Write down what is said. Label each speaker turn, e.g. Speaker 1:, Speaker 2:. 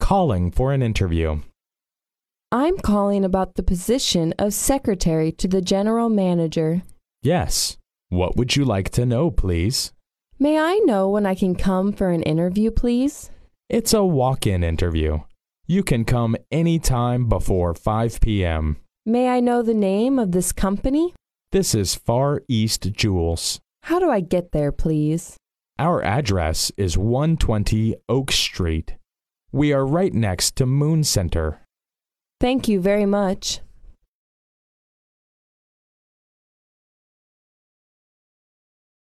Speaker 1: calling for an interview.
Speaker 2: I'm calling about the position of secretary to the general manager.
Speaker 1: Yes. What would you like to know, please?
Speaker 2: May I know when I can come for an interview, please?
Speaker 1: It's a walk in interview. You can come any time before 5 p.m.
Speaker 2: May I know the name of this company?
Speaker 1: This is Far East Jewels.
Speaker 2: How do I get there, please?
Speaker 1: Our address is 120 Oak Street. We are right next to Moon Center.
Speaker 2: Thank you very much.